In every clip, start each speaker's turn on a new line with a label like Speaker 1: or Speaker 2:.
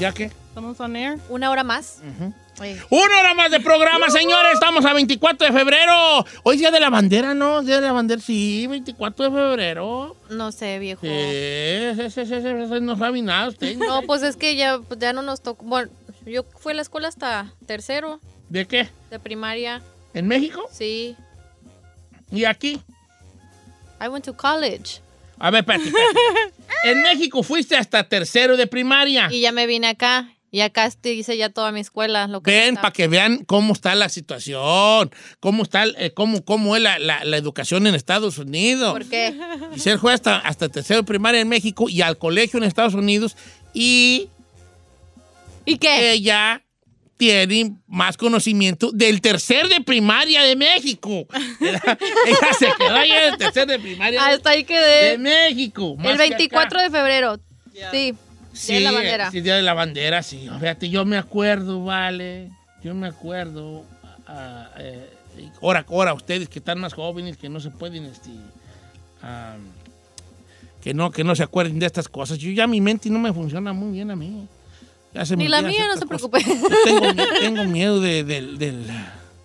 Speaker 1: ¿Ya qué?
Speaker 2: Estamos on air.
Speaker 3: Una hora más. Ay.
Speaker 1: Una hora más de programa, señores. Estamos a 24 de febrero. Hoy es día de la bandera, ¿no? Día de la bandera, sí, 24 de febrero.
Speaker 3: No sé, viejo.
Speaker 1: Sí, sí, sí, sí, sí, sí, no sabe nada usted.
Speaker 3: No, pues es que ya, ya no nos tocó. Bueno, yo fui a la escuela hasta tercero
Speaker 1: ¿De qué?
Speaker 3: de primaria.
Speaker 1: ¿En México?
Speaker 3: Sí.
Speaker 1: ¿Y aquí?
Speaker 3: I went to college.
Speaker 1: A ver, espérate, espérate. En México fuiste hasta tercero de primaria.
Speaker 3: Y ya me vine acá. Y acá te hice ya toda mi escuela. Lo que
Speaker 1: Ven
Speaker 3: está.
Speaker 1: para que vean cómo está la situación, cómo está, el- eh, cómo, cómo es la, la- la educación en Estados Unidos.
Speaker 3: ¿Por qué?
Speaker 1: Giselle fue hasta, hasta tercero de primaria en México y al colegio en Estados Unidos y
Speaker 3: ¿Y qué?
Speaker 1: ella tiene más conocimiento del tercer de primaria de México. ella ella se quedó ahí en el tercer de primaria de-
Speaker 3: Ah, Hasta ahí
Speaker 1: de
Speaker 3: quedé.
Speaker 1: México.
Speaker 3: El 24 de febrero. Sí.
Speaker 1: sí, eh,
Speaker 3: de la bandera.
Speaker 1: Sí, día de la bandera, sí. Fíjate, yo me acuerdo, vale. Yo me acuerdo. ah, eh, y Ahora, ahora, ustedes que están más jóvenes, que no se pueden, este, ah, que no, que no se acuerden de estas cosas. Yo ya mi mente no me funciona muy bien a mí. Ya se me
Speaker 3: Ni la
Speaker 1: olvidan
Speaker 3: mía, no
Speaker 1: ciertas
Speaker 3: se
Speaker 1: cosas.
Speaker 3: preocupe.
Speaker 1: Yo tengo, mi- tengo miedo de- del, del,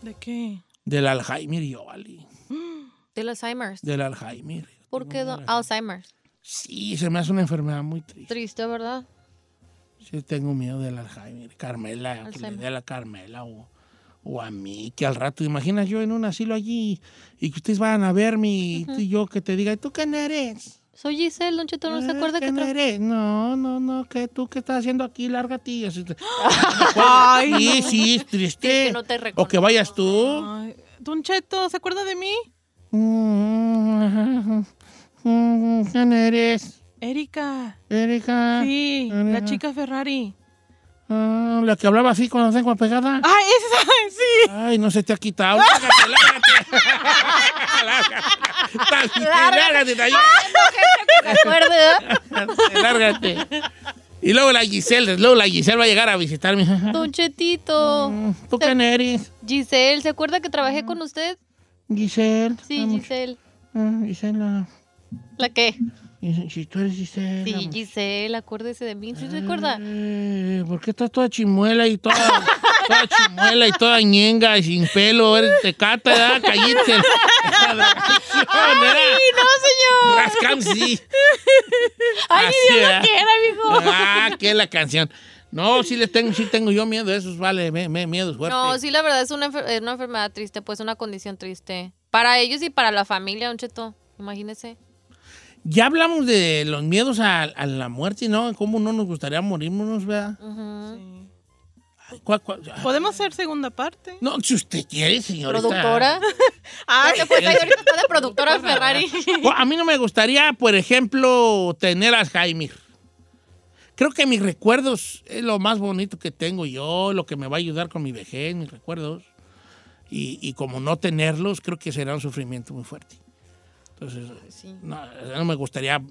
Speaker 2: ¿De qué?
Speaker 1: del Alzheimer, yo, Ali.
Speaker 3: Del Alzheimer.
Speaker 1: Del Alzheimer.
Speaker 3: ¿Por qué
Speaker 1: Tengo
Speaker 3: do-
Speaker 1: miedo.
Speaker 3: Alzheimer?
Speaker 1: Sí, se me hace una enfermedad muy triste.
Speaker 3: Triste, ¿verdad?
Speaker 1: Sí, tengo miedo del Alzheimer. Carmela, que le
Speaker 3: Alzheimer.
Speaker 1: dé a la Carmela o, o a mí, que al rato, imaginas yo en un asilo allí y que ustedes vayan a verme y, tú y yo que te diga, ¿tú quién eres?
Speaker 3: Soy Giselle, Don Cheto, ¿no se
Speaker 1: Ah,
Speaker 3: acuerda que
Speaker 1: ¿Quién
Speaker 3: tra-
Speaker 1: eres? No, no, no, que tú qué estás haciendo aquí, lárgate. Y así te- sí, sí, es triste.
Speaker 3: Sí, es que no te
Speaker 1: o que
Speaker 3: reconozco.
Speaker 1: vayas tú.
Speaker 2: Ay, Don Cheto, ¿se acuerda de mí?
Speaker 1: Mm, mm, ¿Quién eres?
Speaker 2: Erika.
Speaker 1: Erika.
Speaker 2: Sí, la
Speaker 1: Erika.
Speaker 2: chica Ferrari.
Speaker 1: Ah, la que hablaba así con la lengua pegada.
Speaker 2: ¡Ay, esa! Sí.
Speaker 1: Ay, no se te ha quitado. Lárgate, lárgate. lárgate,
Speaker 3: ¿Se acuerda?
Speaker 1: lárgate, lárgate. Y luego la Giselle, luego la Giselle va a llegar a visitarme.
Speaker 3: Don Chetito.
Speaker 1: ¿Tú quién eres?
Speaker 3: Giselle, ¿se acuerda que trabajé con usted?
Speaker 1: Giselle.
Speaker 3: Sí,
Speaker 1: Ah, mucho-
Speaker 3: Giselle.
Speaker 1: ah, Gisela.
Speaker 3: ¿La qué?
Speaker 1: Gis- Si tú eres Gisela.
Speaker 3: Sí,
Speaker 1: mucho-
Speaker 3: Giselle, acuérdese de mí. ¿Sí
Speaker 1: Ah,
Speaker 3: se acuerda?
Speaker 1: Eh, ¿Por qué estás toda chimuela y toda, toda chimuela y toda ñenga y sin pelo? Eres tecata, ¿verdad? Calliste.
Speaker 3: ¡Ay, no, señor!
Speaker 1: Rascam, sí.
Speaker 3: ¡Ay,
Speaker 1: Así,
Speaker 3: ni Dios
Speaker 1: ¿verdad?
Speaker 3: lo que era, viejo!
Speaker 1: Ah, que la canción. No, sí les tengo, sí tengo yo miedo, esos vale, me, me- miedo fuerte.
Speaker 3: No, sí, la verdad es una, enfer- es una enfermedad triste, pues una condición triste. Para ellos y para la familia, Don Cheto. Imagínese.
Speaker 1: Ya hablamos de los miedos a, a la muerte, ¿no? ¿Cómo no nos gustaría morirnos, verdad?
Speaker 3: Ujú. Pues
Speaker 1: Ay, ¿cuál- cuál? Ah,
Speaker 2: ¿Podemos hacer segunda parte?
Speaker 1: No, si usted quiere, señorita.
Speaker 3: ¿Productora? Ah,
Speaker 2: Ay,
Speaker 3: Te puedes ahorita está de productora Ferrari.
Speaker 1: O- A mí no me gustaría, por ejemplo, tener Alzheimer. Creo que mis recuerdos es lo más bonito que tengo yo, lo que me va a ayudar con mi vejez, mis recuerdos. Y, y como no tenerlos, creo que será un sufrimiento muy fuerte. Entonces,
Speaker 3: Sí.
Speaker 1: no, no me gustaría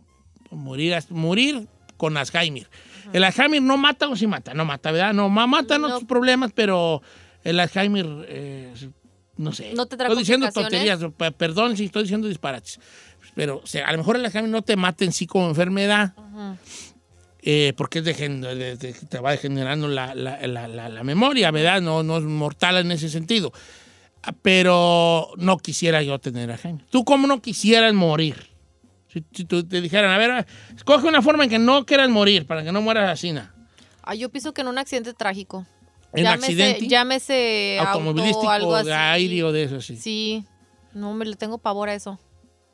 Speaker 1: morir, as- morir con Alzheimer. El Alzheimer no mata o sí mata, no mata, ¿verdad? No, ma- mata
Speaker 3: No.
Speaker 1: otros problemas, pero el Alzheimer, eh, no sé.
Speaker 3: ¿No te trae
Speaker 1: Estoy diciendo
Speaker 3: complicaciones?
Speaker 1: tonterías, pe- perdón si estoy diciendo disparates. Pero o sea, a lo mejor el Alzheimer no te mata en sí como enfermedad,
Speaker 3: Ujú.
Speaker 1: eh, porque es degen- de- de- te va degenerando la, la- la- la- la memoria, ¿verdad? No, no es mortal en ese sentido. Ah, Pero no quisiera yo tener Alzheimer. ¿Tú cómo no quisieras morir? Si, si tú te dijeran, a ver, ah, escoge una forma en que no quieras morir, para que no mueras así, na.
Speaker 3: Ay, yo pienso que en un accidente trágico.
Speaker 1: En
Speaker 3: Llámese-
Speaker 1: accidente
Speaker 3: Llámese
Speaker 1: automovilístico,
Speaker 3: auto, algo así.
Speaker 1: de aire o de eso, sí.
Speaker 3: Sí. No, me le tengo pavor a eso.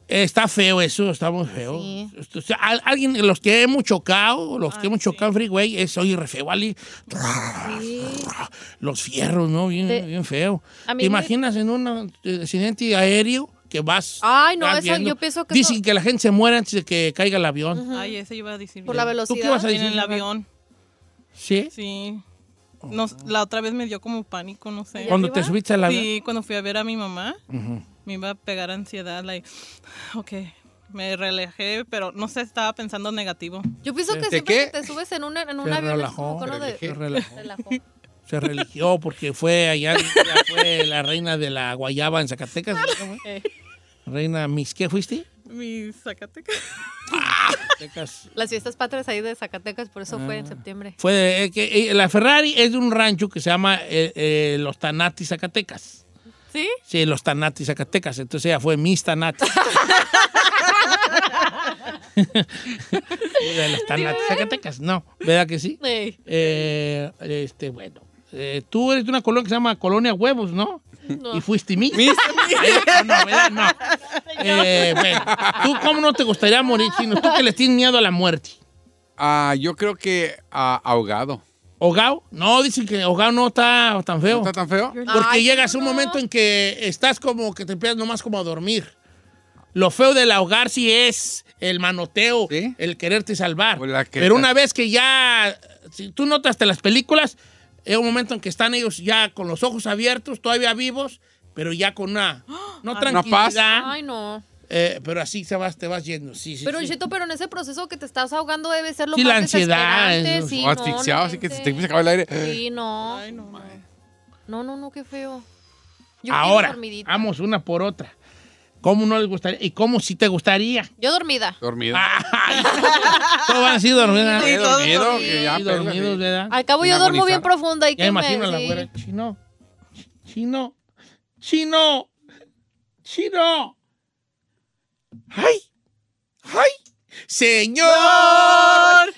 Speaker 1: Está feo eso, está muy feo.
Speaker 3: Sí.
Speaker 1: Esto, o sea, al- alguien, los que hemos chocado, los que hemos chocado en freeway, es, oye, re feo, Ali. Los fierros, ¿no? Bien,
Speaker 3: Te-
Speaker 1: bien feo.
Speaker 3: A mí
Speaker 1: ¿Te
Speaker 3: me-
Speaker 1: imaginas en un eh, accidente aéreo que vas...
Speaker 3: Ay, no,
Speaker 1: vas
Speaker 3: eso- yo pienso que
Speaker 1: Dicen
Speaker 3: eso-
Speaker 1: que la gente se muere antes de que caiga el avión.
Speaker 2: Ay, eso iba a decir.
Speaker 3: Por la
Speaker 1: ¿Tú
Speaker 3: velocidad.
Speaker 1: qué vas a
Speaker 2: En
Speaker 1: decir?
Speaker 2: el avión.
Speaker 1: ¿Sí?
Speaker 2: Sí. Nos- la otra vez me dio como pánico, no sé.
Speaker 1: Cuando te
Speaker 3: arriba?
Speaker 1: subiste al avión.
Speaker 2: Sí, cuando fui a ver a mi mamá, me iba a pegar ansiedad, like, ok, me relajé, pero no sé, estaba pensando negativo.
Speaker 3: Yo pienso que
Speaker 1: ¿De
Speaker 3: siempre
Speaker 1: qué?
Speaker 3: que te subes en, una, en un
Speaker 1: Se
Speaker 3: avión es
Speaker 1: relajó,
Speaker 3: como que uno de-
Speaker 1: se relajó.
Speaker 3: relajó.
Speaker 1: Se
Speaker 3: Eh,
Speaker 1: religió porque fue allá, ya fue la reina de la guayaba en Zacatecas. ¿no, güey? Reina Miss, ¿qué fuiste?
Speaker 2: Mi Zacatecas.
Speaker 1: Tecas.
Speaker 3: Las fiestas patrias ahí de Zacatecas, por eso
Speaker 1: Ah.
Speaker 3: fue en septiembre.
Speaker 1: Fue de- eh, que, eh, la Ferrari es de un rancho que se llama eh, eh, Los Tanatis Zacatecas.
Speaker 3: ¿Sí?
Speaker 1: Sí, los Tanatis Zacatecas. Entonces ella fue Miss Tanatis. de los Tanatis Zacatecas, no. ¿Verdad que sí?
Speaker 3: Ey,
Speaker 1: Eh, este, bueno. eh, tú eres de una colonia que se llama Colonia Huevos, ¿no? Y fuiste Miss. Eh, no, ¿verdad? No. Eh, bueno, ¿tú cómo no te gustaría morir, chino? Tú que le tienes miedo a la muerte.
Speaker 4: Ah, yo creo que ah, ahogado.
Speaker 1: ¿Hogao? No, dicen que Hogao no está tan feo.
Speaker 4: ¿No está tan feo?
Speaker 1: Porque
Speaker 3: Ay,
Speaker 1: llegas a un
Speaker 3: no.
Speaker 1: momento en que estás como que te empiezas nomás como a dormir. Lo feo del ahogar sí es el manoteo,
Speaker 4: ¿Sí?
Speaker 1: el quererte salvar.
Speaker 4: O la que-
Speaker 1: Pero una vez que ya, si tú notas de las películas, es un momento en que están ellos ya con los ojos abiertos, todavía vivos, pero ya con una, no
Speaker 4: Una paz.
Speaker 1: tranquilidad,
Speaker 3: Ay, no.
Speaker 1: eh, pero así se vas, te vas yendo. Ah. Sí, sí,
Speaker 3: Pero,
Speaker 1: sí.
Speaker 3: Cheto, pero en ese proceso que te estás ahogando debe ser lo
Speaker 1: Sí,
Speaker 3: más
Speaker 1: la ansiedad,
Speaker 3: desesperante,
Speaker 1: eso.
Speaker 3: Sí,
Speaker 4: o asfixiado,
Speaker 3: no,
Speaker 4: así que se te
Speaker 3: inventes.
Speaker 4: empieza a acabar el aire.
Speaker 3: Sí, no.
Speaker 2: Ay, no. no.
Speaker 3: No, no, no, qué feo. Yo quiero
Speaker 1: Ahora,
Speaker 3: dormidita.
Speaker 1: vamos una por otra. ¿Cómo no les gustaría? ¿Y cómo sí te gustaría?
Speaker 3: Yo dormida.
Speaker 4: Dormido.
Speaker 1: Ah, Ay, Todos van así dormidos.
Speaker 2: Sí,
Speaker 4: Eh,
Speaker 2: todos
Speaker 4: dormido,
Speaker 2: dormidos.
Speaker 4: que ya
Speaker 1: Sí,
Speaker 4: pela,
Speaker 1: dormidos,
Speaker 4: sí.
Speaker 1: ¿verdad?
Speaker 3: Al cabo yo
Speaker 4: Sin
Speaker 3: duermo bien
Speaker 4: agonizar.
Speaker 3: profunda
Speaker 1: Ya
Speaker 3: y que me...
Speaker 1: imagino a la
Speaker 3: sí.
Speaker 1: güera, chino, chino, chino, chino. ¡Ay! ¡Ay! ¡Señor!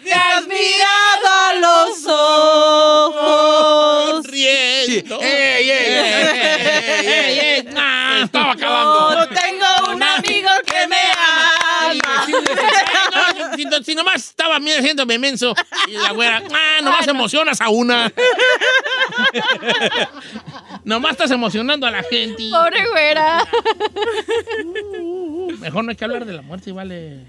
Speaker 1: ¡Te has mirado
Speaker 2: A los ojos.
Speaker 1: riendo!
Speaker 4: ¡Ey, ey, ey, ey, ey!
Speaker 1: ¡Nah!
Speaker 4: Estaba
Speaker 2: No
Speaker 4: acabando.
Speaker 2: tengo un amigo que me ama.
Speaker 1: Sí, sí, sí, sí, no, si, si- si nomás estaba mira, haciéndome menso y la güera, ah, nomás emocionas a una. nomás estás emocionando a la gente.
Speaker 3: Pobre güera.
Speaker 1: Mejor no hay que hablar de la muerte, vale.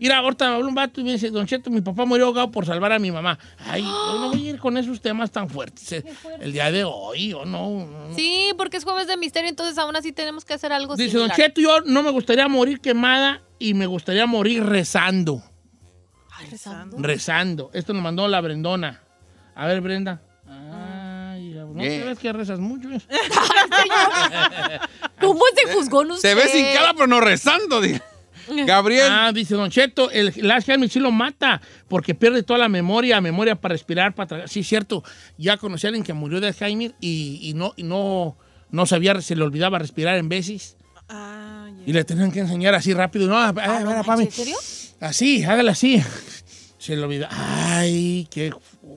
Speaker 1: Mira, ahorita habla un vato y me dice, Don Cheto, mi papá murió ahogado por salvar a mi mamá. Ay, yo no voy a ir con esos temas tan fuertes eh, el día de hoy, o no. no, no.
Speaker 3: Sí, porque es jueves de misterio, entonces aún así tenemos que hacer algo
Speaker 1: Dice, Don
Speaker 3: similar.
Speaker 1: Cheto, yo no me gustaría morir quemada y me gustaría morir rezando.
Speaker 3: Rezando.
Speaker 1: Rezando. Esto nos mandó la Brendona. A ver, Brenda. Ay, no
Speaker 4: Bien.
Speaker 1: sabes que rezas mucho. ¿eh?
Speaker 3: ¿Cómo se juzgó en usted?
Speaker 4: Se ve sin cara, pero no rezando. dice. Gabriel.
Speaker 1: Ah, dice Don Cheto, el Last Helmet sí lo mata porque pierde toda la memoria, memoria para respirar, para tragar. Sí, cierto. Ya conocí a alguien que murió de Alzheimer y, y no, y no, no sabía, se le olvidaba respirar en veces
Speaker 2: Ah,
Speaker 1: y le tenían que enseñar así rápido. No, a ver, a ver, papi.
Speaker 3: Ah, ¿En serio?
Speaker 1: Así, hágale así. Se le olvida. Ay, qué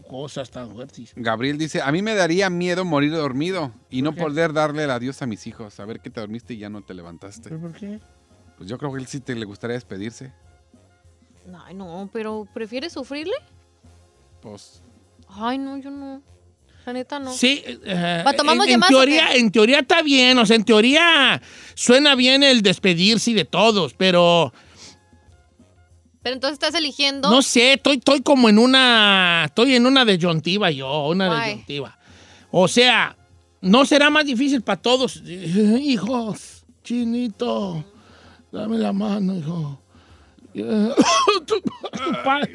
Speaker 1: cosas tan fuertes.
Speaker 4: Gabriel dice, a mí me daría miedo morir dormido y no poder darle el adiós a mis hijos, saber que te dormiste y ya no te levantaste.
Speaker 1: ¿Pero por qué?
Speaker 4: Pues yo creo que él sí te le gustaría despedirse.
Speaker 3: Ay, no, pero ¿prefieres sufrirle?
Speaker 4: Pues
Speaker 3: Ay, no, yo no. La neta no.
Speaker 1: Sí, eh,
Speaker 3: ¿Va, tomamos
Speaker 1: en, en
Speaker 3: llamadas o
Speaker 1: teoría, en teoría está bien, o sea, en teoría suena bien el despedirse y de todos, pero
Speaker 3: Pero entonces estás eligiendo.
Speaker 1: no sé, estoy, estoy como en una, estoy en una disyuntiva yo, una
Speaker 3: Why?
Speaker 1: disyuntiva. O sea, no será más difícil para todos, hijos, chinito, dame la mano, hijo. Eh, tu, tu padre,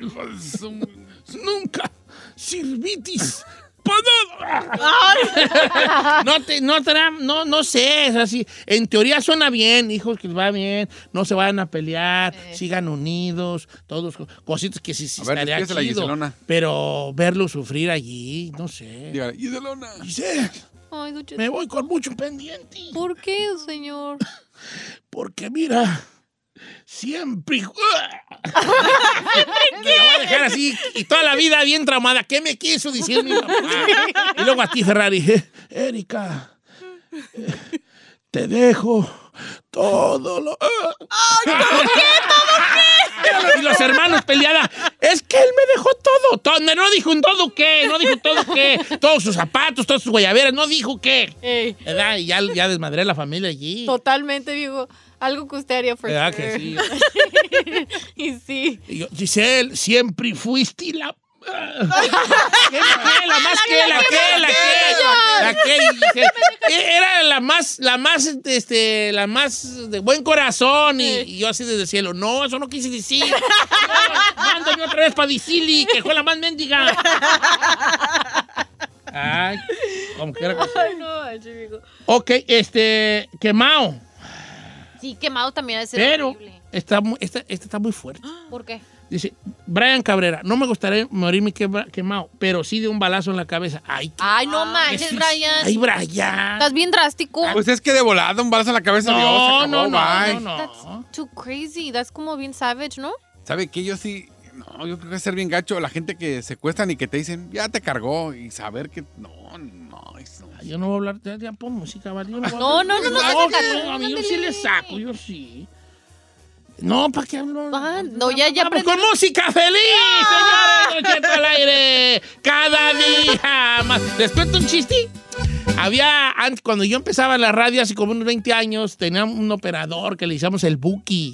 Speaker 1: nunca sirvitis. para nada. No, te, no, será- no, no sé, es así. En teoría suena bien, hijos, que les va bien, no se vayan a pelear, sigan unidos, todos, co- cositas que sí, sí
Speaker 4: A ver,
Speaker 1: estaría
Speaker 4: despídesela,
Speaker 1: chido,
Speaker 4: Giselona.
Speaker 1: Pero verlo sufrir allí, no sé.
Speaker 4: dígale, Giselona.
Speaker 1: Giselle,
Speaker 3: Ay, Don Cheto,
Speaker 1: me voy con mucho pendiente,
Speaker 3: ¿Por qué, señor?
Speaker 1: porque mira, siempre... Me la voy a dejar así y toda la vida bien traumada. ¿Qué me quiso decir mi papá? Y luego a ti, Ferrari. eh, Erika, eh, te dejo todo lo... Y los hermanos peleada. Es que él me dejó todo. todo. No, no dijo un todo qué. No dijo todo qué. Todos sus zapatos, todas sus guayaberas. No dijo qué.
Speaker 3: Ey,
Speaker 1: ¿Verdad? Y ya, ya desmadré a la familia allí.
Speaker 3: totalmente, digo. Algo que usted haría for
Speaker 1: ¿Verdad
Speaker 3: sure.
Speaker 1: que sí?
Speaker 3: y sí.
Speaker 1: Y yo, Giselle, siempre fuiste la. ¿Qué, qué, la más que, la que, la que, la que, Giselle. Eh, Era la más, la más, este, la más de buen corazón. Y, y yo así desde el cielo, no, eso no quise decir. No, Mándame otra vez para Dicili, que fue la más mendiga. Ay, como quiera que sea.
Speaker 3: Ay, no, ay, digo.
Speaker 1: Ok, este, quemado.
Speaker 3: Sí, quemado también es
Speaker 1: Pero
Speaker 3: horrible.
Speaker 1: está, mu- esta, esta está muy fuerte.
Speaker 3: ¿Por qué?
Speaker 1: Dice, Brian Cabrera, no me gustaría morirme quebra- quemado, pero sí de un balazo en la cabeza. Ay, qué-
Speaker 3: Ay, no manches,
Speaker 1: Jesús.
Speaker 3: Brian.
Speaker 1: Ay, Brian.
Speaker 3: Estás bien drástico.
Speaker 4: Pues es que de volada, un balazo en la cabeza. Dios, se
Speaker 1: No,
Speaker 4: acabó,
Speaker 1: no, no,
Speaker 4: bye.
Speaker 1: no, no.
Speaker 3: That's too crazy. That's como bien savage, ¿no?
Speaker 4: ¿Sabe qué? Yo sí. No, yo creo que es ser bien gacho. La gente que secuestran y que te dicen, ya te cargó. Y saber que. No, no, es- no.
Speaker 1: Ay, Yo no voy a hablar, ya, ya pon música, ¿vale? Yo voy a
Speaker 3: No,
Speaker 1: hablar.
Speaker 3: no, no, no,
Speaker 1: No,
Speaker 3: saca,
Speaker 1: no, a mí yo sí
Speaker 3: ándale.
Speaker 1: le saco, yo sí. No, ¿para qué hablo?
Speaker 3: Ah, no, ya, ¡Ah! ya
Speaker 1: Vamos con música feliz, señores, Don Cheto al aire. Cada día más. ¿Les cuento un chiste? Había, antes, cuando yo empezaba en la radio, hace como unos 20 años, tenía un operador que le llamamos el Buki.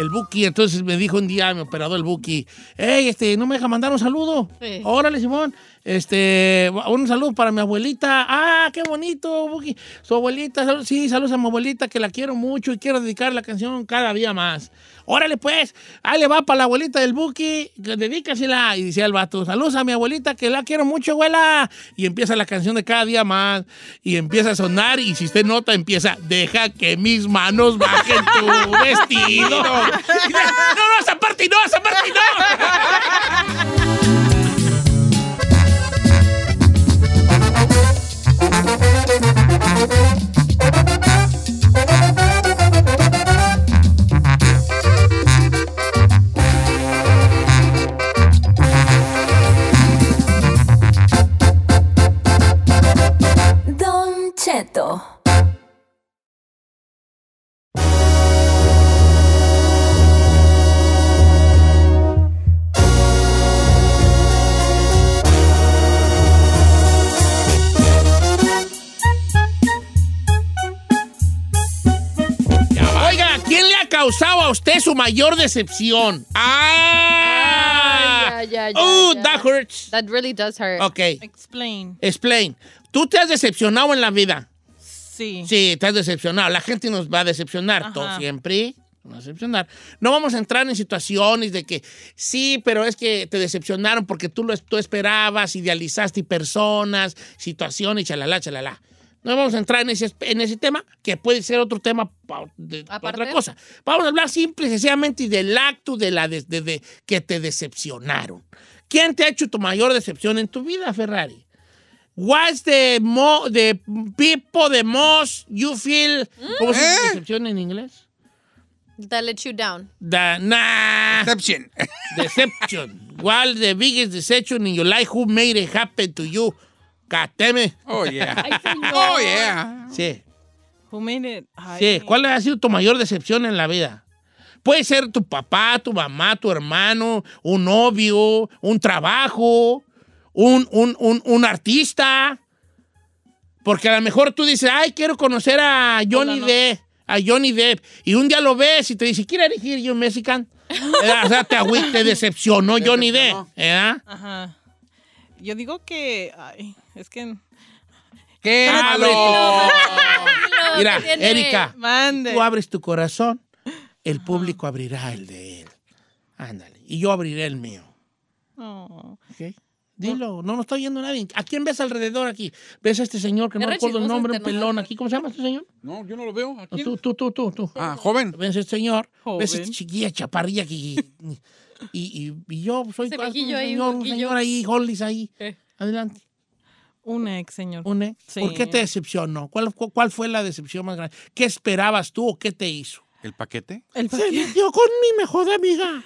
Speaker 1: El Buki, entonces me dijo un día mi operador el Buki, hey, este, no me deja mandar un saludo. "Oh,
Speaker 2: Sí.
Speaker 1: Órale, Simón. Este, un saludo para mi abuelita. Ah, qué bonito, Buki. Su abuelita, sal- sí, saludos a mi abuelita que la quiero mucho y quiero dedicar la canción cada día más. Órale, pues, ahí le va para la abuelita del Buki, que dedícasela. Y decía el vato, saludos a mi abuelita que la quiero mucho, abuela. Y empieza la canción de cada día más. Y empieza a sonar y si usted nota, empieza, deja que mis manos bajen tu vestido. Y dice, no, no, esa parte no, esa parte no.
Speaker 5: Don Cheto.
Speaker 1: Oiga, ¿quién le ha causado a usted su mayor decepción? ¡Ah!
Speaker 3: Ay, ya, ya,
Speaker 1: ¡Uh,
Speaker 3: ya.
Speaker 1: that hurts!
Speaker 3: That really does hurt.
Speaker 1: Ok,
Speaker 2: Explain.
Speaker 1: explain. ¿Tú te has decepcionado en la vida?
Speaker 2: Sí.
Speaker 1: Sí, te has decepcionado. La gente nos va a decepcionar.
Speaker 2: Ajá.
Speaker 1: Todo siempre nos va a decepcionar. No vamos a entrar en situaciones de que sí, pero es que te decepcionaron porque tú lo es- tú esperabas, idealizaste personas, situaciones, chalala, chalala. No vamos a entrar en ese, en ese tema, que puede ser otro tema pa- de- pa'
Speaker 3: Aparte.
Speaker 1: otra cosa. Vamos a hablar simple y sencillamente del acto de la des- de- de- que te decepcionaron. ¿Quién te ha hecho tu mayor decepción en tu vida, Ferrari? What's the, mo the people the most you feel? ¿Cómo se dice
Speaker 4: ¿Eh?
Speaker 1: decepción en inglés?
Speaker 3: That let you down.
Speaker 1: The, nah,
Speaker 4: Deception.
Speaker 1: deception. What's the biggest deception in your life? Who made it happen to you? Cateme.
Speaker 4: Oh, yeah. Oh, yeah.
Speaker 1: Sí,
Speaker 2: Who made it? Ay.
Speaker 1: sí. ¿Cuál ha sido tu mayor decepción en la vida? Puede ser tu papá, tu mamá, tu hermano, un novio, un trabajo, un, un, un, un artista. Porque a lo mejor tú dices, ay, quiero conocer a Johnny
Speaker 2: Hola, no.
Speaker 1: Depp, a Johnny Depp. Y un día lo ves y te dice, ¿quiere elegir yo Mexican? Eh, o sea, te, agüi- te decepcionó Johnny Depp.
Speaker 4: Decepcionó.
Speaker 1: ¿eh?
Speaker 2: Ajá. Yo digo que. Ay, es que.
Speaker 4: ¡Qué
Speaker 1: Ah,
Speaker 4: malo!
Speaker 3: No,
Speaker 1: Mira,
Speaker 3: ¿qué tiene?
Speaker 1: Erika,
Speaker 2: Mande.
Speaker 1: tú abres tu corazón, el público abrirá el de él. Ándale. Y yo abriré el mío.
Speaker 2: Oh.
Speaker 1: ¿ok? Dilo, no nos está oyendo nadie. ¿A quién ves alrededor aquí? ¿Ves a este señor que no
Speaker 3: Es re
Speaker 1: recuerdo el
Speaker 3: chismoso
Speaker 1: nombre, un
Speaker 3: este, ¿no?
Speaker 1: pelón aquí? ¿Cómo se llama este señor?
Speaker 4: No, yo no lo veo.
Speaker 1: No,
Speaker 4: Aquí.
Speaker 1: tú, tú, tú, tú, tú.
Speaker 4: Ah, joven.
Speaker 1: ¿Ves a este señor? ¿Ves a
Speaker 2: Joven.
Speaker 1: esta chiquilla chaparrilla aquí? Y, y- y yo soy
Speaker 3: Ese
Speaker 1: un
Speaker 3: viejillo ahí, un
Speaker 1: señor, un
Speaker 3: poquillo.
Speaker 1: señor ahí, Hollis ahí.
Speaker 3: Eh.
Speaker 1: Adelante.
Speaker 2: Un ex, señor.
Speaker 1: Une.
Speaker 2: Sí.
Speaker 1: ¿Por qué te decepcionó? ¿Cuál, cu- ¿Cuál fue la decepción más grande? ¿Qué esperabas tú o qué te hizo?
Speaker 4: ¿El paquete?
Speaker 2: El
Speaker 1: Se metió con mi mejor amiga.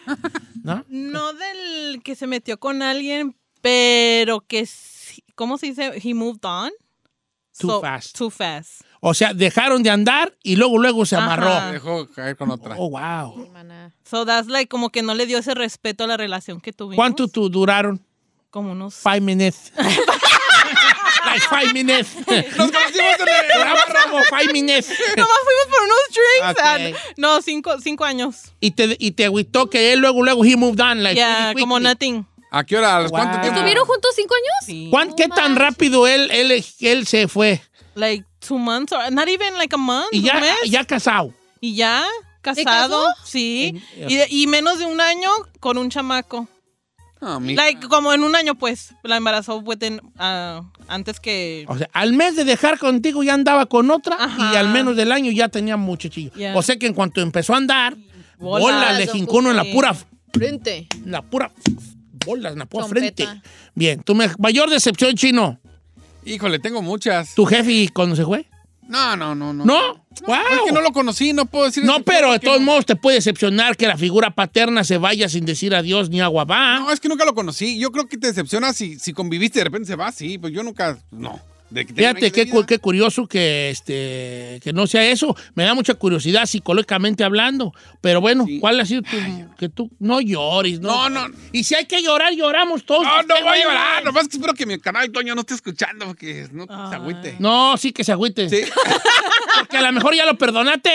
Speaker 1: ¿No?
Speaker 2: No del que se metió con alguien, pero que. sí- ¿Cómo se dice? He moved on.
Speaker 1: Too fast.
Speaker 2: Too fast.
Speaker 1: O sea, dejaron de andar y luego, luego se
Speaker 2: Ajá.
Speaker 4: Me
Speaker 1: amarró.
Speaker 4: dejó caer con otra.
Speaker 1: Ah. Oh, wow.
Speaker 3: Hermana.
Speaker 2: So that's like como que no le dio ese respeto a la relación que tuvimos.
Speaker 1: ¿Cuánto tú duraron?
Speaker 2: Como unos.
Speaker 1: Five minutes. like five minutes.
Speaker 4: ¡Nos conocimos en el...
Speaker 1: Duramos como five minutes.
Speaker 2: Nomás fuimos por unos drinks.
Speaker 1: Ok.
Speaker 2: and- no, cinco, cinco años.
Speaker 1: Y te, y te agüitó que él luego, luego, he moved on. Like,
Speaker 2: Ya,
Speaker 1: pretty
Speaker 2: como
Speaker 1: quickly.
Speaker 2: nothing.
Speaker 4: ¿A qué hora? ¿A los
Speaker 1: Wow.
Speaker 4: cuánto tiempo?
Speaker 1: Ah.
Speaker 3: ¿Estuvieron juntos cinco años?
Speaker 2: Sí.
Speaker 1: ¿Cuán- ¿Qué tan rápido él, él, él se fue?
Speaker 2: Like two months or not even like a month.
Speaker 1: Y
Speaker 2: un
Speaker 1: ya,
Speaker 2: mes.
Speaker 1: ya casado.
Speaker 2: Y ya,
Speaker 3: ¿Se
Speaker 2: casado.
Speaker 3: casó?
Speaker 2: Sí.
Speaker 1: En-
Speaker 2: Y, y menos de un año con un chamaco.
Speaker 4: No, mi-
Speaker 2: Like, como en un año, pues, la embarazó within, ah, antes que...
Speaker 1: O sea, al mes de dejar contigo ya andaba con otra
Speaker 2: Ajá.
Speaker 1: y al menos del año ya tenía muchachillo.
Speaker 2: Ya.
Speaker 1: O sea que en cuanto empezó a andar, bola,
Speaker 2: Bola,
Speaker 1: le
Speaker 3: don
Speaker 1: jincó uno en la
Speaker 2: Cucuy.
Speaker 1: pura,
Speaker 3: Frente.
Speaker 1: la pura bola, en la pura
Speaker 3: Trompeta.
Speaker 1: frente. Bien, tu me- mayor decepción chino,
Speaker 4: Híjole, tengo muchas.
Speaker 1: tu jefe cuando se fue.
Speaker 4: No, no, no, no.
Speaker 1: ¿No? ¡Guau!
Speaker 4: Es que no lo conocí, no puedo decir.
Speaker 1: No,
Speaker 4: eso,
Speaker 1: pero de
Speaker 4: porque-
Speaker 1: todos modos te puede decepcionar que la figura paterna se vaya sin decir adiós ni agua va.
Speaker 4: Ah, No, es que nunca lo conocí. Yo creo que te decepciona si, si conviviste y de repente se va, sí. Pues yo nunca. No. De que tengo un
Speaker 1: Fíjate
Speaker 4: año de
Speaker 1: qué, cu-
Speaker 4: vida.
Speaker 1: qué curioso que, este, que no sea eso. Me da mucha curiosidad psicológicamente hablando. Pero bueno,
Speaker 4: Sí.
Speaker 1: ¿cuál ha sido tu, que tú no llores? No,
Speaker 4: No, no.
Speaker 1: Y si hay que llorar, lloramos todos.
Speaker 4: No, no
Speaker 1: Este
Speaker 4: voy a
Speaker 1: güey-
Speaker 4: llorar. Nomás que espero que mi canal Toño no esté escuchando porque no te
Speaker 2: Ah.
Speaker 4: agüite.
Speaker 1: No, sí que se agüite.
Speaker 4: Sí.
Speaker 1: Porque a lo mejor ya lo perdonaste.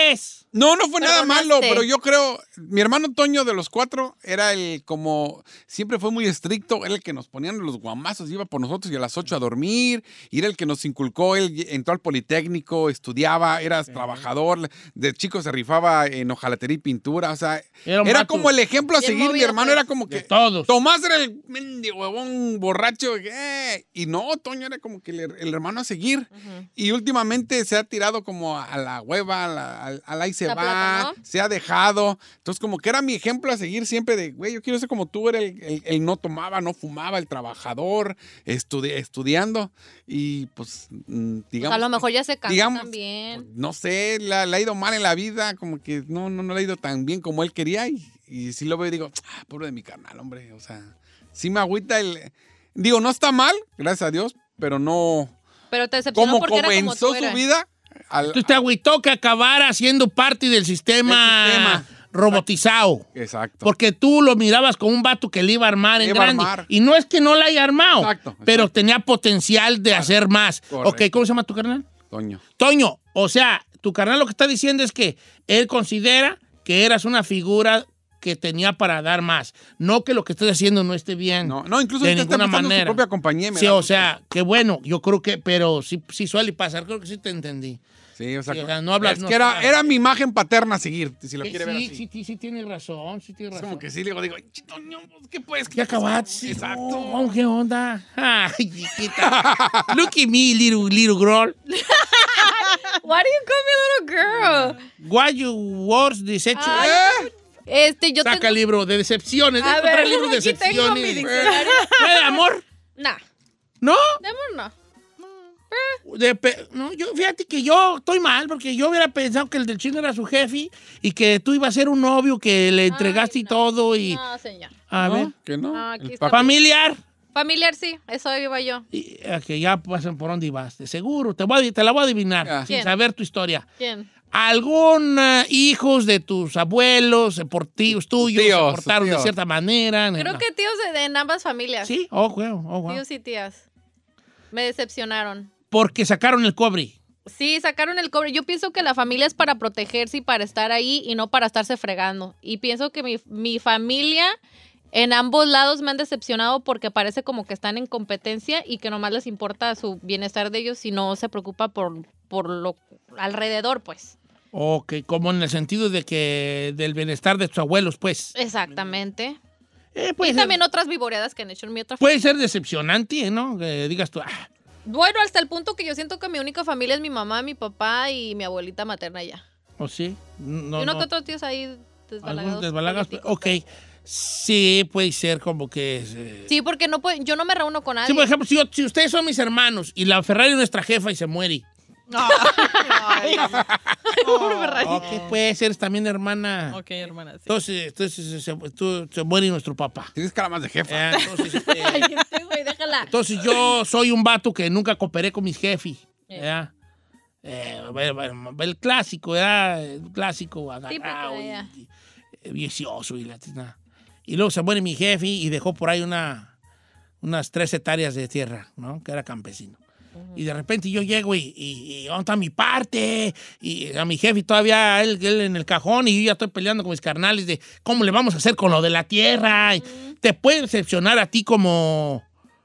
Speaker 4: No, no fue nada
Speaker 3: Perdonaste.
Speaker 4: malo, pero yo creo, mi hermano Toño de los cuatro era el como, siempre fue muy estricto, era el que nos ponían los guamazos, iba por nosotros y a las ocho a dormir, y era el que nos inculcó, él y- entró al Politécnico, estudiaba, era trabajador, de chico se rifaba en hojalatería y pintura, o sea,
Speaker 1: Era
Speaker 4: era,
Speaker 1: un vato.
Speaker 4: como el ejemplo a
Speaker 3: Bien
Speaker 4: seguir, mi
Speaker 3: movido,
Speaker 4: hermano
Speaker 3: pues.
Speaker 4: era como
Speaker 1: De
Speaker 4: que...
Speaker 1: todos.
Speaker 4: Tomás era el mendigo huevón borracho. eh, Y no, Toño era como que el, her- el hermano a seguir. Y últimamente se ha tirado como a la hueva, a la, al- al ahí se
Speaker 3: La
Speaker 4: va,
Speaker 3: plata, ¿no?
Speaker 4: se ha dejado. Entonces, como que era mi ejemplo a seguir siempre de, güey, yo quiero ser como tú, era el, el- el no tomaba, no fumaba, el trabajador, estudi- estudiando. Y pues, mm, digamos.
Speaker 3: a lo mejor ya se casó
Speaker 4: digamos,
Speaker 3: también.
Speaker 4: Pues, No sé, le ha- le ha ido mal en la vida, como que no, no, no le ha ido tan bien como él quería. Y, y sí lo veo y digo, ah, pobre de mi carnal, hombre. O sea, sí me agüita el. Digo, no está mal, gracias a Dios, pero no.
Speaker 3: Pero te decepcionó
Speaker 4: Como
Speaker 3: porque era como
Speaker 4: comenzó
Speaker 3: tú
Speaker 4: su
Speaker 3: eras.
Speaker 4: vida. Al,
Speaker 1: Tú te agüitó que acabara siendo parte del sistema,
Speaker 4: Del sistema.
Speaker 1: robotizado.
Speaker 4: Exacto.
Speaker 1: Porque tú lo mirabas como un vato que le iba a armar en
Speaker 4: Le iba a
Speaker 1: grande.
Speaker 4: armar.
Speaker 1: Y no es que no la haya armado,
Speaker 4: Exacto,
Speaker 1: pero
Speaker 4: exacto.
Speaker 1: tenía potencial de hacer más.
Speaker 4: correcto.
Speaker 1: Ok, ¿cómo se llama tu carnal?
Speaker 4: Toño.
Speaker 1: Toño, o sea, tu carnal lo que está diciendo es que él considera que eras una figura que tenía para dar más. No que lo que estás haciendo no esté bien.
Speaker 4: No, no incluso
Speaker 1: De
Speaker 4: ahorita está
Speaker 1: ninguna
Speaker 4: empezando
Speaker 1: manera.
Speaker 4: su propia compañía. y me
Speaker 1: Sí,
Speaker 4: da
Speaker 1: o
Speaker 4: gusto.
Speaker 1: sea, que bueno, yo creo que, pero sí, sí suele pasar, creo que sí te entendí.
Speaker 4: Sí, o sea,
Speaker 1: sí, o sea, no hablas,
Speaker 4: es
Speaker 1: no
Speaker 4: que era,
Speaker 1: sabes.
Speaker 4: era mi imagen paterna a seguir, si lo
Speaker 1: Sí,
Speaker 4: quiere ver así.
Speaker 1: sí, sí, sí, tienes razón, sí tienes
Speaker 4: Es
Speaker 1: razón.
Speaker 4: como que sí, le digo, digo, "Ay, Toño, pues, ¿qué puedes?
Speaker 1: Ya acabaste.
Speaker 4: Exacto.
Speaker 1: Oh, ¿Qué onda? Ay, chiquita. Look at me, little, little girl.
Speaker 3: Why do you call me little girl?
Speaker 1: Why you words deception?
Speaker 3: Ay,
Speaker 4: ¿Eh?
Speaker 3: Este, yo
Speaker 1: Saca
Speaker 3: tengo...
Speaker 1: el libro de decepciones.
Speaker 3: A
Speaker 1: Deja
Speaker 3: ver,
Speaker 1: traer el libro de
Speaker 3: aquí tengo mi
Speaker 1: decepciones.
Speaker 3: diccionario.
Speaker 1: ¿No de amor?
Speaker 3: Nah,
Speaker 1: ¿No?
Speaker 3: de amor no.
Speaker 1: De pe- no, yo, fíjate que yo estoy mal porque yo hubiera pensado que el del chino era su jefe y que tú ibas a ser un novio que le entregaste y
Speaker 3: no.
Speaker 1: todo y...
Speaker 3: No, señor.
Speaker 1: A ver.
Speaker 4: No, que no.
Speaker 3: Ah, aquí
Speaker 4: El
Speaker 3: está.
Speaker 4: papá-
Speaker 1: Familiar.
Speaker 3: Familiar sí, eso iba yo.
Speaker 1: Y, eh, que ya pasan por dónde ibas. de Seguro. Te, voy a- te la voy a adivinar
Speaker 4: Ya.
Speaker 1: sin
Speaker 3: ¿Quién?
Speaker 1: saber tu historia.
Speaker 3: ¿Quién?
Speaker 1: algún eh, hijos de tus abuelos, eh, por tíos tuyos,
Speaker 4: Tíos,
Speaker 1: se portaron de
Speaker 4: tíos.
Speaker 1: cierta manera.
Speaker 3: Creo que tíos de- de- en ambas familias.
Speaker 1: Sí, oh, wow, oh, wow.
Speaker 3: Tíos y tías. Me decepcionaron.
Speaker 1: Porque sacaron el cobre.
Speaker 3: Sí, sacaron el cobre. Yo pienso que la familia es para protegerse y para estar ahí y no para estarse fregando. Y pienso que mi, mi familia en ambos lados me han decepcionado porque parece como que están en competencia y que nomás les importa su bienestar de ellos y no se preocupa por, por lo alrededor, pues.
Speaker 1: O que como en el sentido de que del bienestar de tus abuelos, pues.
Speaker 3: Exactamente.
Speaker 1: Eh,
Speaker 3: Y
Speaker 1: puede, ser,
Speaker 3: también otras viboreadas que han hecho en mi otra
Speaker 1: puede ser decepcionante, ¿no? Que digas tú, ah,
Speaker 3: Bueno, hasta el punto que yo siento que mi única familia es mi mamá, mi papá y mi abuelita materna ya.
Speaker 1: o oh, sí. No,
Speaker 3: y uno
Speaker 1: no,
Speaker 3: que otro tío es ahí
Speaker 1: algunos
Speaker 3: desbalagados.
Speaker 1: desbalagados,
Speaker 3: políticos,
Speaker 1: Ok. Sí, puede ser como que... eh,
Speaker 3: pero- Sí, porque no puede- yo no me reúno con nadie.
Speaker 1: Sí, pues, por ejemplo, si, yo- si ustedes son mis hermanos y la Ferrari es nuestra jefa y se muere. Oh.
Speaker 2: No. Ay,
Speaker 3: Pobre Ferrari.
Speaker 1: Ok, pues eres también hermana.
Speaker 2: ok, hermana. sí.
Speaker 1: Entonces, entonces se, tú- se muere nuestro papá.
Speaker 4: Tienes cara más de jefa.
Speaker 1: Eh, Entonces, este,
Speaker 3: Ay, este güey, déjala.
Speaker 1: entonces yo soy un vato que nunca cooperé con mis jefes. ¿verdad? Eh, bueno, bueno, el clásico, ¿verdad? El clásico agarrado
Speaker 3: pues, ya.
Speaker 1: y, y- vicioso y la tina. Y luego se muere mi jefe y dejó por ahí una, unas tres hectáreas de tierra, ¿no? Que era campesino. Y de repente yo llego y, y, y ¿dónde está mi parte? Y a mi jefe todavía él, él en el cajón y yo ya estoy peleando con mis carnales de cómo le vamos a hacer con lo de la tierra. Y Te puede decepcionar a ti como,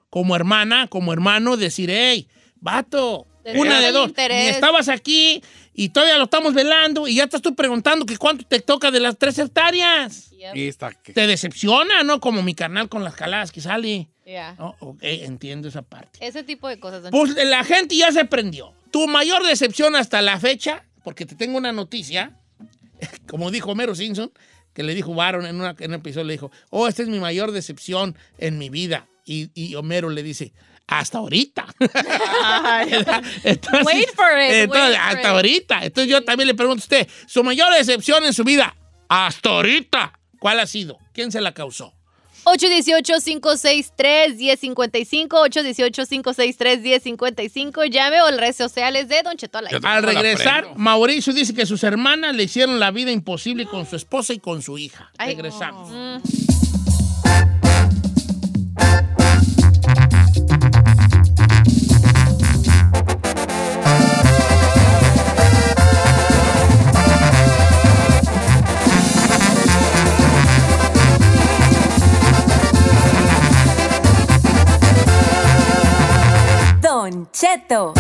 Speaker 1: como hermana, como hermano, decir, hey, vato,
Speaker 3: Te
Speaker 1: Una
Speaker 3: causan
Speaker 1: de dos.
Speaker 3: interés.
Speaker 1: Ni estabas aquí y todavía lo estamos velando y ya estás tú preguntando que cuánto te toca de las tres hectáreas.
Speaker 3: Yep,
Speaker 4: Y está que-
Speaker 1: Te decepciona, ¿no? Como mi canal con las jaladas que sale.
Speaker 3: yeah.
Speaker 1: No, ok, entiendo esa parte.
Speaker 3: Ese tipo de cosas. don
Speaker 1: Pues la gente ya se prendió. Tu mayor decepción hasta la fecha, porque te tengo una noticia, como dijo Homero Simpson, que le dijo Baron en, una- en un episodio, le dijo, oh, esta es mi mayor decepción en mi vida. Y, y Homero le dice, hasta ahorita. Entonces-
Speaker 3: Wait for it,
Speaker 1: entonces,
Speaker 3: wait for
Speaker 1: hasta
Speaker 3: it.
Speaker 1: ahorita. Entonces yo también le pregunto a usted, su mayor decepción en su vida, hasta ahorita, ¿cuál ha sido? ¿Quién se la causó?
Speaker 3: 818-563-1055, 818-563-1055, llame o las redes sociales de Don Cheto al aire.
Speaker 4: Yo
Speaker 1: Al
Speaker 4: la
Speaker 1: regresar,
Speaker 4: prendo.
Speaker 1: Mauricio dice que sus hermanas le hicieron la vida imposible con su esposa y con su hija.
Speaker 3: Ay.
Speaker 1: Regresamos.
Speaker 5: Don Cheto.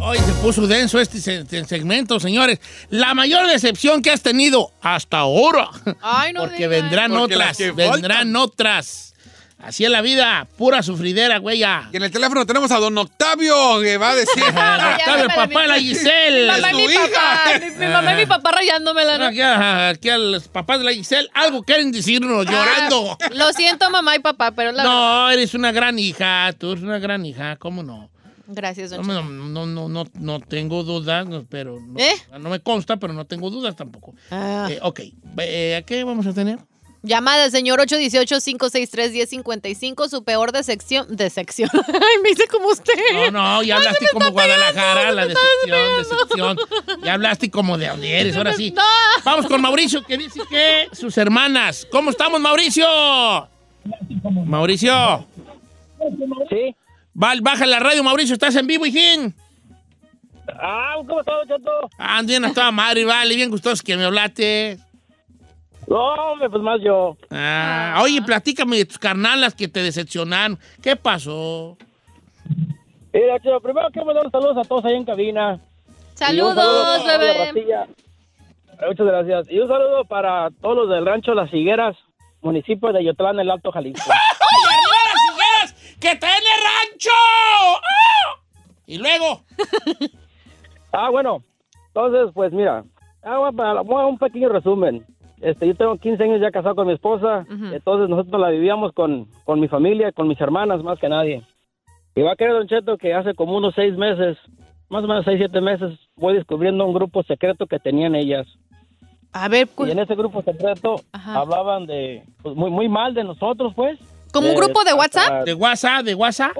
Speaker 1: Hoy se puso denso este se- este segmento, señores. La mayor decepción que has tenido hasta ahora.
Speaker 3: Ay, no
Speaker 1: Porque
Speaker 3: digas.
Speaker 1: vendrán
Speaker 4: Porque las
Speaker 1: otras,
Speaker 4: que
Speaker 1: vendrán
Speaker 4: faltan.
Speaker 1: otras. Así es la vida, pura sufridera, güey. ya.
Speaker 4: Y en el teléfono tenemos a don Octavio que va a decir.
Speaker 3: Ah, ya,
Speaker 1: Octavio,
Speaker 3: me la
Speaker 1: papá,
Speaker 3: vi.
Speaker 1: la Giselle.
Speaker 3: Mamá y mi
Speaker 4: su
Speaker 3: papá, mi, mi mamá y mi papá rayándomela. ¿no?
Speaker 1: Aquí a, aquí a los papás de la Giselle, algo quieren decirnos, llorando.
Speaker 3: Ah, Lo siento, mamá y papá, pero la
Speaker 1: No, eres una gran hija, tú eres una gran hija, ¿cómo no?
Speaker 3: Gracias, Don
Speaker 1: No,
Speaker 3: Cheto.
Speaker 1: no, no, no, no, no tengo dudas, no, pero no,
Speaker 3: ¿Eh?
Speaker 1: no me consta, pero no tengo dudas tampoco.
Speaker 3: Ah.
Speaker 1: Eh, ok, Eh, ¿a qué vamos a tener?
Speaker 3: Llamada del señor 818-563-1055, su peor decepción. Decepción. Ay, me dice como usted.
Speaker 1: No, no, ya
Speaker 3: Ay,
Speaker 1: hablaste
Speaker 3: se me
Speaker 1: como
Speaker 3: está pegando,
Speaker 1: Guadalajara,
Speaker 3: se
Speaker 1: la
Speaker 3: me está
Speaker 1: decepción,
Speaker 3: despegando.
Speaker 1: decepción. Ya hablaste como de dónde eres, ahora sí.
Speaker 3: No.
Speaker 1: Vamos con Mauricio, que dice que sus hermanas. ¿Cómo estamos, Mauricio? Mauricio.
Speaker 6: Sí.
Speaker 1: Val, baja la radio, Mauricio, estás en vivo, hijín.
Speaker 6: Ah, ¿cómo está, Don Cheto?
Speaker 1: Anden a toda madre, vale, bien gustoso que me hablaste.
Speaker 6: No, hombre, pues más yo.
Speaker 1: Ah, oye, platícame de tus carnalas que te decepcionaron. ¿Qué pasó?
Speaker 6: Mira, Cheto, primero quiero mandar saludos a todos ahí en cabina. Y un
Speaker 3: Saludos,
Speaker 6: saludo para la
Speaker 3: bebé.
Speaker 6: Rastilla. Muchas gracias. Y un saludo para todos los del rancho Las Higueras, municipio de Yotlán, el Alto Jalisco.
Speaker 1: ¡Ay, arriba las higueras! ¡Que te den el rancho! ¡Ah! Y luego,
Speaker 6: ah, bueno. Entonces, pues mira, hago para- voy a un pequeño resumen. Este, yo tengo 15 años ya casado con mi esposa,
Speaker 3: Ujú.
Speaker 6: entonces nosotros la vivíamos con, con mi familia, con mis hermanas, más que nadie. Y va a creer, Don Cheto, que hace como unos seis meses, más o menos seis, siete meses, voy descubriendo un grupo secreto que tenían ellas.
Speaker 3: A ver, cu-
Speaker 6: Y en ese grupo secreto
Speaker 3: Ajá.
Speaker 6: hablaban de pues, muy muy mal de nosotros, pues.
Speaker 3: ¿como un
Speaker 6: De-
Speaker 3: grupo de WhatsApp?
Speaker 6: hasta-
Speaker 1: de WhatsApp, de WhatsApp,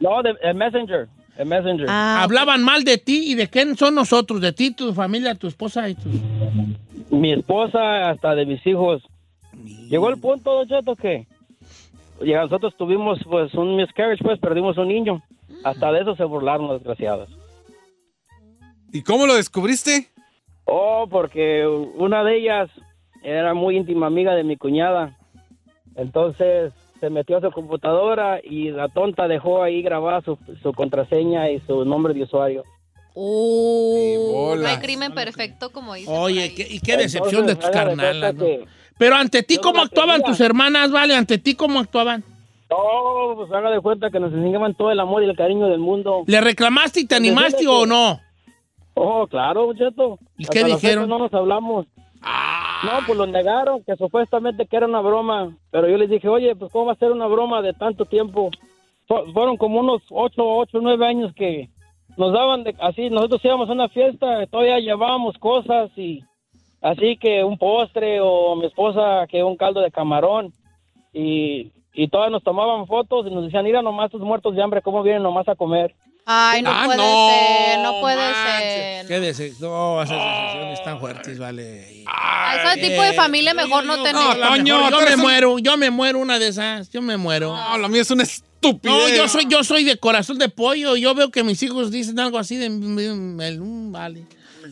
Speaker 6: No, de, de Messenger. de Messenger.
Speaker 3: Ah,
Speaker 1: hablaban mal de ti y de quién son nosotros, de ti, tu familia, tu esposa y tu...
Speaker 6: Mi esposa, hasta de mis hijos. Llegó el punto, Don Cheto, que y nosotros tuvimos pues un miscarriage, pues perdimos un niño. Hasta de eso se burlaron los desgraciados.
Speaker 4: ¿Y cómo lo descubriste?
Speaker 6: Oh, porque una de ellas era muy íntima amiga de mi cuñada. Entonces se metió a su computadora y la tonta dejó ahí grabada su, su contraseña y su nombre de usuario.
Speaker 4: Y
Speaker 3: Uh,
Speaker 4: bolas.
Speaker 3: no hay crimen perfecto, como dice.
Speaker 1: Oye,
Speaker 3: por
Speaker 1: ¿qué-
Speaker 3: ahí.
Speaker 1: y qué decepción de tus
Speaker 6: Entonces, haga de
Speaker 1: carnalas,
Speaker 6: cuenta
Speaker 1: ¿no?
Speaker 6: que-
Speaker 1: Pero ante ti,
Speaker 6: Yo
Speaker 1: ¿cómo
Speaker 6: no la
Speaker 1: actuaban
Speaker 6: quería.
Speaker 1: tus hermanas, vale? ¿Ante ti cómo actuaban?
Speaker 6: No, pues haga de cuenta que nos enseñaban todo el amor y el cariño del mundo.
Speaker 1: ¿Le reclamaste y te
Speaker 6: Pues,
Speaker 1: animaste
Speaker 6: decirle
Speaker 1: o
Speaker 6: que-
Speaker 1: no?
Speaker 6: Oh, claro, muchacho.
Speaker 1: ¿Y
Speaker 6: Hasta
Speaker 1: qué
Speaker 6: la fecha
Speaker 1: dijeron? Ah.
Speaker 6: No nos hablamos. No, pues lo negaron, que supuestamente que era una broma. Pero yo les dije, oye, pues ¿cómo va a ser una broma de tanto tiempo? Fu- Fueron como unos ocho, ocho, nueve años que nos daban de- así. Nosotros íbamos a una fiesta, todavía llevábamos cosas y así que un postre o mi esposa que un caldo de camarón. Y, y todas nos tomaban fotos y nos decían, mira nomás estos muertos de hambre, ¿cómo vienen nomás a comer?
Speaker 3: Ay, no
Speaker 4: Ah,
Speaker 3: puede
Speaker 4: no,
Speaker 3: ser, no puede
Speaker 1: Qué
Speaker 4: manches.
Speaker 3: ser.
Speaker 1: decepción, no, esas decepciones tan fuertes, vale.
Speaker 3: A ese tipo de familia mejor no
Speaker 1: Eh, No,
Speaker 3: tener. este
Speaker 1: la
Speaker 4: Toño,
Speaker 1: mejor,
Speaker 4: tú
Speaker 1: yo me
Speaker 4: eres un-
Speaker 1: muero, yo me muero una de esas, yo me muero.
Speaker 3: Ah.
Speaker 4: No, lo mío es un estúpido.
Speaker 1: No, yo soy, yo soy de corazón de pollo. Yo veo que mis hijos dicen algo así de... mm, mm, el- mm, vale.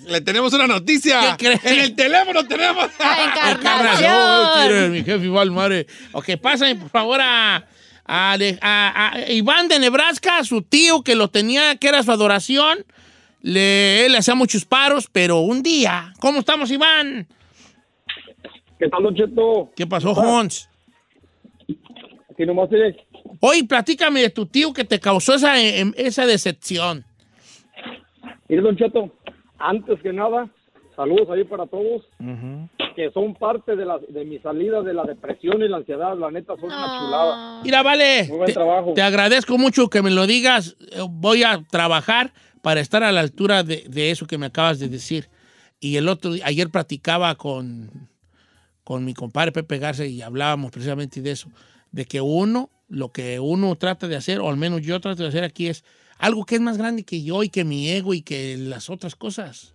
Speaker 4: Le tenemos una noticia.
Speaker 1: ¿Qué crees?
Speaker 4: En el teléfono tenemos.
Speaker 3: La
Speaker 1: No,
Speaker 3: encarnación.
Speaker 1: tire, mi jefe igual, madre. Ok, pasen por favor a, a Ale- a- a Iván de Nebraska, a su tío que lo tenía, que era su adoración. Le, él le hacía muchos paros, pero un día. ¿Cómo estamos, Iván?
Speaker 7: ¿Qué tal, Don Cheto?
Speaker 1: ¿Qué pasó, Jones?
Speaker 7: Aquí nomás tiene-
Speaker 1: Oye, platícame de tu tío que te causó esa, em, esa decepción.
Speaker 7: Mire, Don Cheto, antes que nada, saludos ahí para todos, que son parte de, la, de mi salida de la depresión y la ansiedad. La neta, son una chulada.
Speaker 1: Mira, vale.
Speaker 7: Muy buen
Speaker 1: te-
Speaker 7: trabajo.
Speaker 1: Te, agradezco mucho que me lo digas. Eh, Voy a trabajar para estar a la altura de, de eso que me acabas de decir. Y el otro día, ayer platicaba con, con mi compadre Pepe Garza y hablábamos precisamente de eso, de que uno, lo que uno trata de hacer, o al menos yo trato de hacer aquí, es algo que es más grande que yo y que mi ego y que las otras cosas.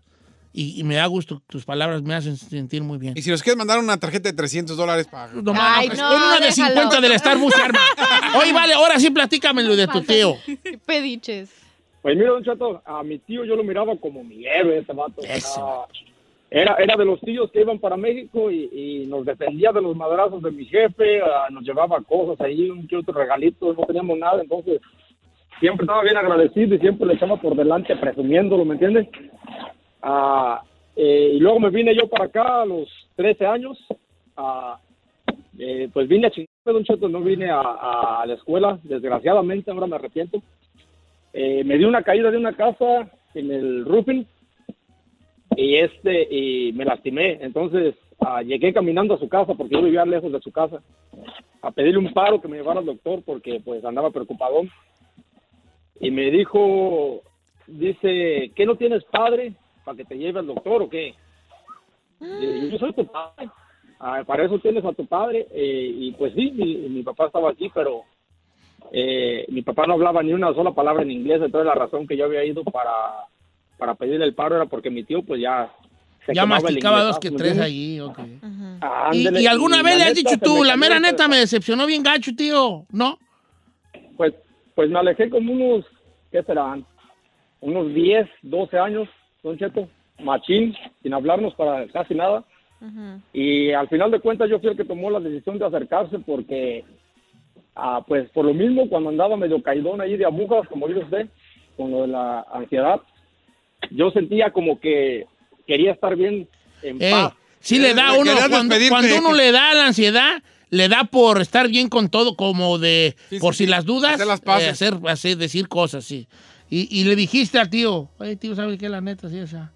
Speaker 1: Y, y me da gusto, tus palabras me hacen sentir muy bien.
Speaker 4: Y si nos quieres mandar una tarjeta de 300 dólares para.
Speaker 1: No, mano,
Speaker 3: Ay,
Speaker 1: pues,
Speaker 3: no,
Speaker 1: pon una de
Speaker 3: déjalo.
Speaker 1: 50 del Starbucks, arma. Oye, vale, ahora sí platícamelo de tu tío.
Speaker 3: Qué Pediches.
Speaker 7: Pues mira, Don Cheto, a mi tío yo lo miraba como mi héroe, ese vato.
Speaker 1: Ese
Speaker 7: Ah, Era, era de los tíos que iban para México y, y nos defendía de los madrazos de mi jefe, ah, nos llevaba cosas ahí, un que otro regalito, no teníamos nada, entonces siempre estaba bien agradecido y siempre le echaba por delante presumiéndolo, ¿me entiendes? Ah, eh, y luego me vine yo para acá a los 13 años, ah, eh, pues vine a chingarme, Don Cheto, no vine a- a- a la escuela, desgraciadamente ahora me arrepiento. Eh, me dio una caída de una casa en el roofing y este y me lastimé entonces ah, llegué caminando a su casa porque yo vivía lejos de su casa a pedirle un paro que me llevara al doctor porque pues andaba preocupado y me dijo dice ¿qué no tienes padre para que te lleve al doctor o qué Y yo soy tu padre Ah, para eso tienes a tu padre Eh, y pues sí mi- mi papá estaba aquí pero eh, mi papá no hablaba ni una sola palabra en inglés, entonces la razón que yo había ido para, para pedirle el paro era porque mi tío pues ya... se
Speaker 1: Ya
Speaker 7: quemaba el
Speaker 1: masticaba
Speaker 7: inglés,
Speaker 1: dos que
Speaker 7: ¿me
Speaker 1: tres
Speaker 7: entiendes?
Speaker 1: allí, ok.
Speaker 7: Ah,
Speaker 1: Y,
Speaker 7: ándele,
Speaker 1: y alguna
Speaker 7: y
Speaker 1: vez
Speaker 7: la
Speaker 1: le has dicho
Speaker 7: neta, se
Speaker 1: tú,
Speaker 7: me
Speaker 1: la
Speaker 7: cayó
Speaker 1: mera
Speaker 7: el-
Speaker 1: neta me decepcionó bien gacho, tío. ¿No?
Speaker 7: Pues, pues me alejé como unos, ¿qué serán? Unos 10, 12 años, don Cheto, machín, sin hablarnos para casi nada. Y al final de cuentas yo fui el que tomó la decisión de acercarse porque, ah, pues por lo mismo, cuando andaba medio caidón ahí de agujas, como dice usted, con lo de la ansiedad, yo sentía como que quería estar bien en
Speaker 1: Ey,
Speaker 7: paz.
Speaker 1: sí le da
Speaker 4: Eh,
Speaker 1: uno,
Speaker 4: querías
Speaker 1: cuando,
Speaker 4: despedirte.
Speaker 1: cuando uno le da la ansiedad, le da por estar bien con todo, como de,
Speaker 4: Sí,
Speaker 1: por
Speaker 4: sí,
Speaker 1: si
Speaker 4: sí.
Speaker 1: las dudas,
Speaker 4: Hacer las paces.
Speaker 1: eh, hacer, hacer- decir cosas, sí. Y, y le dijiste al tío, oye, tío, ¿sabes qué? La neta, sí, esa.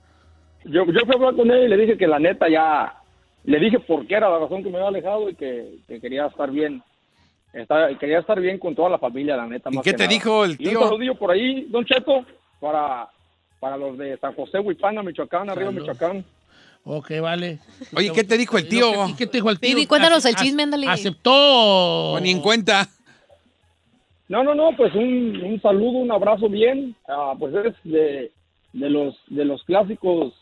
Speaker 7: Yo, yo fui a hablar con él y le dije que la neta ya, le dije por qué era la razón que me había alejado y que, que quería estar bien. Está- quería estar bien con toda la familia, la neta.
Speaker 4: ¿Y
Speaker 7: más
Speaker 4: qué
Speaker 7: que
Speaker 4: te
Speaker 7: nada.
Speaker 4: dijo el
Speaker 7: Y un
Speaker 4: tío?
Speaker 7: saludillo por ahí, don Cheto, para, para los de San José, Huipana, Michoacán, arriba
Speaker 1: Saludos.
Speaker 7: Michoacán.
Speaker 1: Ok, vale.
Speaker 4: Oye, ¿qué te dijo el tío?
Speaker 1: ¿Y ¿Qué te dijo el tío?
Speaker 3: Baby, cuéntanos el
Speaker 1: Ac-
Speaker 3: chisme, ándale.
Speaker 1: ¿Aceptó?
Speaker 4: O ni en cuenta.
Speaker 7: No, no, no, pues un, un saludo, un abrazo bien. Ah, pues eres de, de los, de los clásicos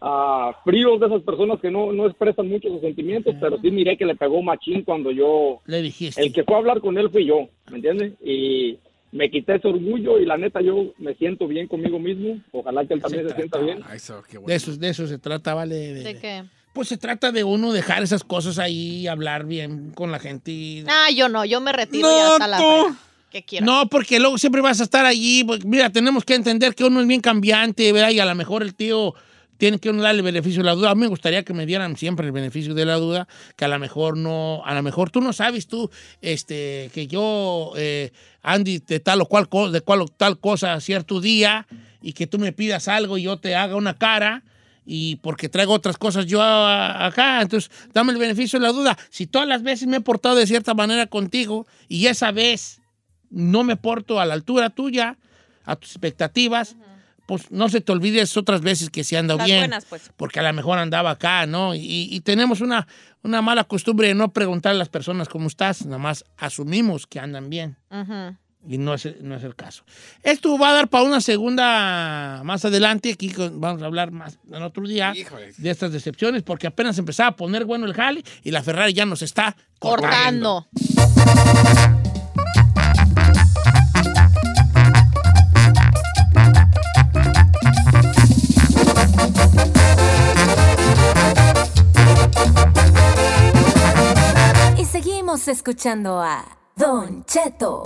Speaker 7: ah, fríos de esas personas que no, no expresan mucho sus sentimientos, pero sí miré que le pegó machín cuando yo
Speaker 1: Le dijiste.
Speaker 7: el que fue a hablar con él fui yo, ¿me entiendes? Y me quité ese orgullo y la neta yo me siento bien conmigo mismo. Ojalá que él también se sienta bien.
Speaker 4: Ah, eso, qué bueno.
Speaker 1: De eso, de eso se trata, vale. de-
Speaker 3: ¿De qué?
Speaker 1: Pues se trata de uno dejar esas cosas ahí, hablar bien con la gente. y-
Speaker 3: Ah, yo no, yo me retiro
Speaker 4: No,
Speaker 3: ya hasta la
Speaker 4: tú.
Speaker 3: frega. ¿Qué quiero?
Speaker 1: No, porque luego siempre vas a estar allí. pues, Mira, tenemos que entender que uno es bien cambiante, ¿verdad? Y a lo mejor el tío tiene que uno darle el beneficio de la duda. A mí me gustaría que me dieran siempre el beneficio de la duda, que a lo mejor no, a lo mejor tú no sabes tú, este, que yo, eh, Andy, de tal o cual cosa, de cual o tal cosa cierto día, y que tú me pidas algo y yo te haga una cara. Y porque traigo otras cosas yo a- acá, entonces dame el beneficio de la duda. Si todas las veces me he portado de cierta manera contigo y esa vez no me porto a la altura tuya, a tus expectativas, pues no se te olvides otras veces que se anda
Speaker 8: Las
Speaker 1: bien.
Speaker 8: buenas, pues.
Speaker 1: Porque a lo mejor andaba acá, ¿no? Y, y tenemos una, una mala costumbre de no preguntar a las personas cómo estás, nada más asumimos que andan bien.
Speaker 3: Ujú.
Speaker 1: Y no es, no es el caso. Esto va a dar para una segunda más adelante. Aquí con- vamos a hablar más en otro día
Speaker 4: Híjole.
Speaker 1: de estas decepciones, porque apenas empezaba a poner bueno el jale y la Ferrari ya nos está cortando.
Speaker 3: Cortando.
Speaker 5: escuchando a Don Cheto.